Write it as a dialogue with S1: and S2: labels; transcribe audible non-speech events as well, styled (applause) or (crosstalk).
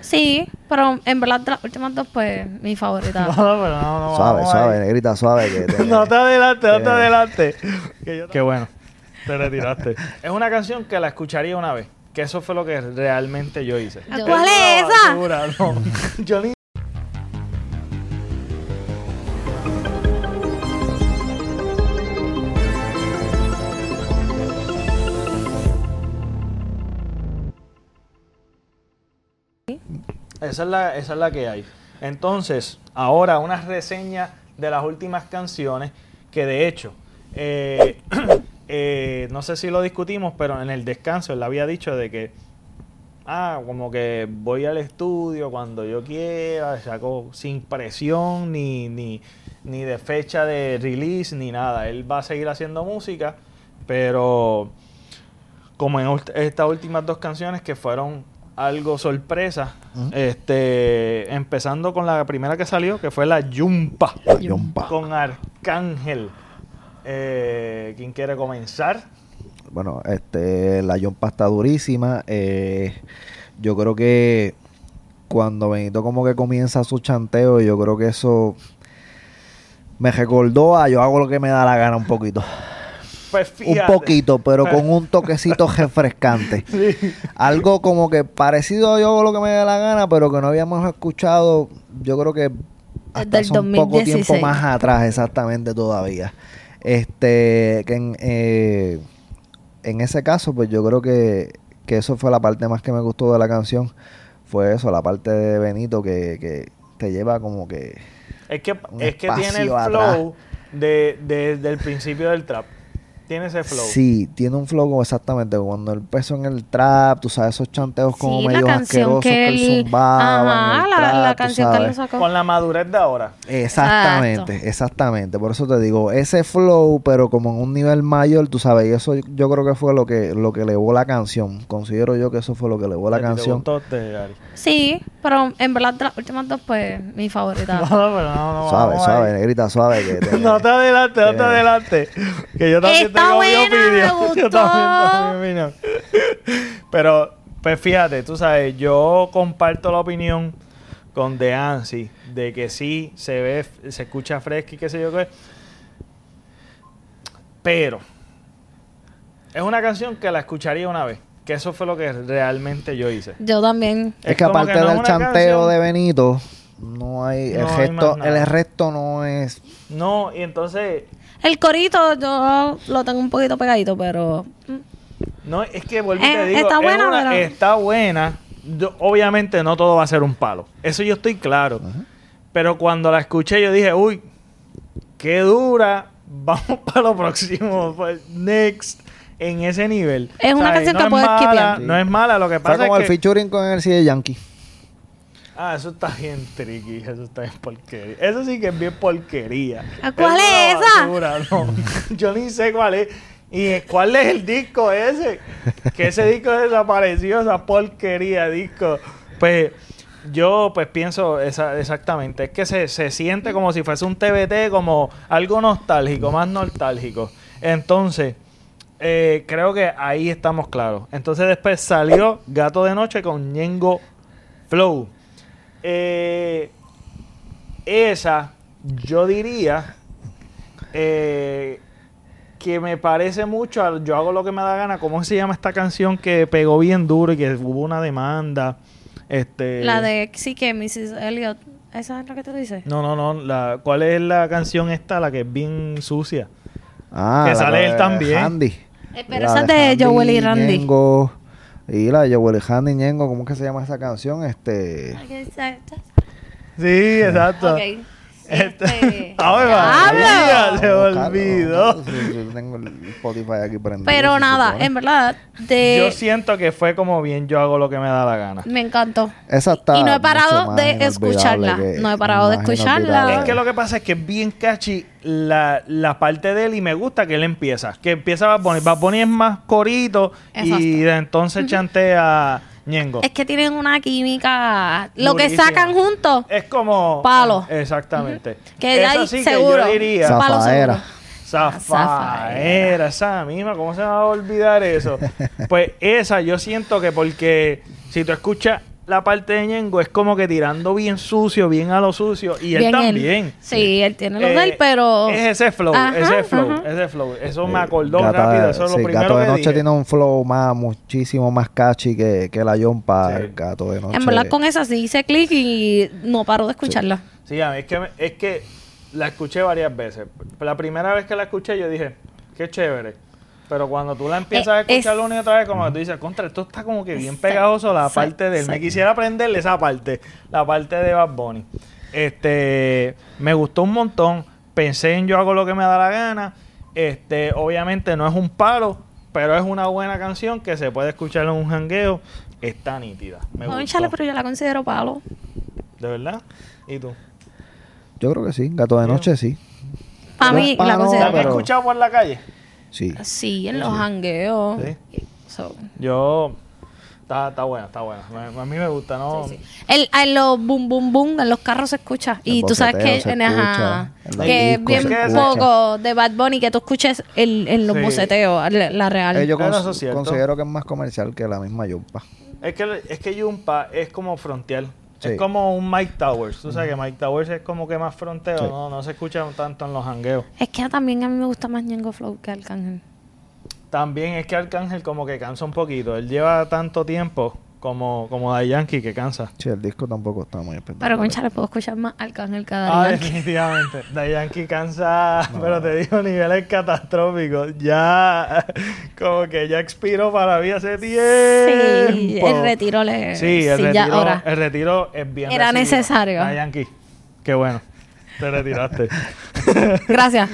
S1: Sí, pero en verdad de las últimas dos, pues, mi favorita.
S2: (laughs)
S3: No, pero no, no.
S2: Suave,
S3: vamos a
S2: suave,
S3: ver.
S2: negrita, suave.
S3: (laughs)
S2: Que te-
S3: No te adelante, no te
S2: Eh.
S3: adelante. Que yo
S4: Qué bueno.
S3: te retiraste. es una canción que la escucharía una vez. Que eso fue lo que realmente yo hice.
S1: Yo- ¿Cuál es esa?
S3: una basura, no. (laughs) Yo ni- Esa es, la, esa es la que hay. Entonces, ahora una reseña de las últimas canciones que de hecho, eh, (coughs) eh, no sé si lo discutimos, pero en el descanso él había dicho de que, ah, como que voy al estudio cuando yo quiera, saco sin presión ni, ni, ni de fecha de release ni nada. Él va a seguir haciendo música, pero como en ult- estas últimas dos canciones que fueron algo sorpresa, este, empezando con la primera que salió, que fue la Yumpa,
S2: La yompa.
S3: con Arcángel. Eh, ¿Quién quiere comenzar?
S2: Bueno, este, la yompa está durísima. eh, yo creo que cuando Benito como que comienza su chanteo, yo creo que eso me recordó a yo hago lo que me da la gana un poquito.
S3: Pues
S2: Un
S3: fíjate.
S2: poquito, pero
S3: (laughs)
S2: con un toquecito refrescante. Algo como que parecido a yo hago lo que me da la gana, pero que no habíamos escuchado, yo creo que hasta
S1: Desde el
S2: hace un poco tiempo
S1: 2016.
S2: más atrás, exactamente todavía. Este, que en, eh, en ese caso, pues yo creo que, que eso fue la parte más que me gustó de la canción. Fue eso, la parte de Benito que, que te lleva como que...
S3: Es que,
S2: un
S3: es que tiene el
S2: espacio atrás.
S3: flow de, de- del principio del trap. Tiene ese flow.
S2: Sí, tiene un flow como exactamente cuando él empezó en el trap, tú sabes, esos chanteos como
S1: sí,
S2: medio
S1: la canción
S2: asquerosos
S1: que él.
S2: zumbaba. en
S1: Ajá,
S2: el
S1: la, la
S2: trap, tú
S1: canción que él
S2: sabes.
S1: sacó.
S3: Con la madurez de ahora.
S2: Exactamente, exactamente. Por eso te digo, ese flow, pero como en un nivel mayor, tú sabes, y eso yo creo que fue lo que lo que elevó la canción. Considero yo que eso fue lo que elevó la
S3: ¿Te- te
S2: canción.
S3: gustó, te- Ari?
S1: Sí, pero en verdad de las últimas dos, pues, mi
S2: (laughs)
S1: favorita.
S3: (laughs) No, no, pero no, no,
S2: Suave,
S3: vamos a
S2: suave,
S3: ver.
S2: negrita,
S3: (laughs)
S2: suave. Que te-
S3: No te adelante, no te
S2: Eh.
S3: adelante. Que yo también
S1: Está
S3: tengo
S1: buena,
S3: mi opinión. (laughs)
S1: me gustó.
S3: Yo también tengo mi opinión. Pero, pues fíjate, tú sabes, yo comparto la opinión con De Ansi de que sí se ve, se escucha fresco y qué sé yo qué. Pero es una canción que la escucharía una vez. Que eso fue lo que realmente yo hice.
S1: Yo también.
S2: es que
S3: como
S2: aparte
S3: no es
S2: del
S3: una
S2: chanteo
S3: canción-
S2: de Benito, no hay,
S3: No
S2: el
S3: hay
S2: resto,
S3: más nada.
S2: el resto no es
S3: No, y entonces
S1: El corito yo lo tengo un poquito pegadito, pero... mm,
S3: No, es que vuelvo y
S1: Eh,
S3: te digo,
S1: está
S3: es
S1: buena,
S3: una-
S1: pero-
S3: está buena. Yo- obviamente no todo va a ser un palo. Eso yo estoy claro. Pero cuando la escuché yo dije, uy, qué dura. Vamos (laughs) para lo próximo. pues, next. En ese nivel.
S1: Es una canción que
S3: es
S1: puedes
S3: mala,
S1: skipear.
S3: No es mala, lo que
S2: Fue
S3: pasa
S2: como
S3: es
S2: el
S3: que...
S2: featuring con el CD Yankee.
S3: Ah, eso está bien tricky. Eso está bien porquería. Eso sí que es bien porquería.
S1: ¿A cuál es esa?
S3: una basura, no. (laughs) Yo ni sé cuál es. ¿Y cuál es el disco ese? Que ese disco desapareció, esa porquería de disco. Pues yo pues pienso esa- exactamente. Es que se, se siente como si fuese un TBT, como algo nostálgico, más nostálgico. Entonces, eh, creo que ahí estamos claros. Entonces después salió Gato de Noche con Ñengo Flow. Eh, esa, yo diría eh, que me parece mucho a Yo hago lo que me da gana. ¿Cómo se llama esta canción que pegó bien duro y que hubo una demanda? Este,
S1: La de sí que Mrs. Elliot. ¿Esa es la que te dice?
S3: No, no, no. La, ¿Cuál es la canción esta? La que es bien sucia.
S2: Ah,
S3: Que
S2: la
S3: sale
S2: de
S3: él también.
S2: Handy.
S1: Eh, pero
S2: La
S1: esa es de Jowell y Randy.
S2: Ñengo. y la de Joel y Randy Ñengo, ¿cómo es que se llama esa canción? Este.
S3: Sí, exacto.
S1: Ok.
S3: (laughs)
S1: Este-
S3: ¡Ay, María!
S1: ¡Habla!
S3: Se me
S2: Buscarlo,
S3: olvidó.
S2: ¿no? Sí, Yo tengo el Spotify aquí prendido.
S1: Pero
S2: se
S1: nada, em-
S2: supone.
S1: en verdad, de-
S3: Yo siento que fue como bien yo hago lo que me da la gana.
S1: me encantó.
S2: Esa está
S1: y no he
S2: mucho
S1: parado
S2: más
S1: de
S2: inolvidable
S1: escucharla.
S2: que-
S1: No he parado de
S2: más
S1: escucharla.
S2: inolvidable.
S3: Es que lo que pasa es que es bien catchy la, la parte de él y me gusta que él empieza. Que empieza Bad Bunny. Bad Bunny es más corito y
S1: Exacto.
S3: de entonces chantea Ñengo.
S1: Es que tienen una química. Lo que
S3: Durísima.
S1: sacan juntos,
S3: Es como...
S1: Palo.
S3: Exactamente.
S1: que
S3: Esa
S1: ahí
S3: sí que
S1: seguro.
S3: yo diría...
S2: Sa-
S1: palo
S2: Zafaera.
S1: seguro.
S3: Zafaera, esa misma, ¿cómo se me va a olvidar eso? Pues esa yo siento que porque si tú escuchas la parte de Ñengo es como que tirando bien sucio, bien a lo sucio. Y él
S1: Bien
S3: también.
S1: Sí, él tiene lo
S3: Eh,
S1: de él, pero...
S3: Es ese flow,
S1: Ajá,
S3: ese flow,
S1: ajá.
S3: ese flow. Eso me
S2: Eh,
S3: acordó
S2: Gata-
S3: rápido, eso es lo
S2: sí,
S3: primero
S2: Gato de
S3: que
S2: Noche
S3: dije.
S2: tiene un flow más, muchísimo más catchy que, que la Yompa.
S3: Sí.
S2: Gato de Noche.
S1: En verdad con esa sí hice clic y no paro de escucharla.
S3: Sí, a mí es que, me- es que la escuché varias veces. La primera vez que la escuché yo dije, qué chévere. Pero cuando tú la empiezas a
S1: Eh, es-
S3: escuchar una y otra vez, como que tú dices, contra, esto está como que bien
S1: Exacto,
S3: pegajoso la
S1: exacto,
S3: parte de él. Me
S1: exacto.
S3: quisiera aprenderle esa parte, la parte de Bad Bunny. Este, me gustó un montón. Pensé en yo hago lo que me da la gana. Este, obviamente no es un palo, pero es una buena canción que se puede escuchar en un jangueo. Está nítida. Me gustó.
S1: Conchale, pero yo la considero palo.
S3: De verdad. ¿Y tú?
S2: Yo creo que sí. Gato de Noche sí.
S1: Para
S2: No
S1: mí
S2: es palo,
S1: la
S3: ¿La
S1: considero
S3: has
S2: pero-
S1: palo.
S3: escuchado por la calle?
S2: Sí.
S1: Sí, en los jangueos. So,
S3: Yo. Está, está buena, está buena. Me- a mí me gusta, ¿no?
S1: sí. El- en los boom, boom, boom, en los carros se escucha.
S2: El
S1: Y tú sabes que,
S2: boceteo se
S1: en- ajá,
S2: escucha, en los
S1: que es
S2: discos
S1: bien
S3: se escucha.
S1: poco de Bad Bunny que tú escuches el- en los
S3: Sí.
S1: boceteos, la, la real.
S2: Eh, yo
S3: Claro,
S2: cons-
S3: eso es cierto.
S2: considero que es más comercial que la misma Yompa.
S3: Es que, es que Yumpa es como frontier.
S2: Sí.
S3: Es como un Mike Towers. Tú sabes que Mike Towers es como que más frontero.
S2: Sí.
S3: No, no se escucha tanto en los jangueos.
S1: Es que también a mí me gusta más Ñengo Flow que Arcángel.
S3: También es que Arcángel como que cansa un poquito. Él lleva tanto tiempo como, como Daddy Yankee que cansa.
S2: Sí, el disco tampoco está muy espectacular.
S1: Pero conchale, puedo escuchar más Arcángel que a Daddy
S3: Ah,
S1: Yankee.
S3: (laughs)
S1: (laughs)
S3: definitivamente. Daddy Yankee cansa, pero te digo, niveles catastróficos. Ya, como que ya expiró para mí hace tiempo.
S1: Sí, el retiro le.
S3: Sí, el,
S1: ya
S3: retiro,
S1: ahora.
S3: el retiro es bien.
S1: Era
S3: recibido.
S1: necesario. (laughs)
S3: Ah, Yankee, qué bueno. Te retiraste.
S1: Gracias.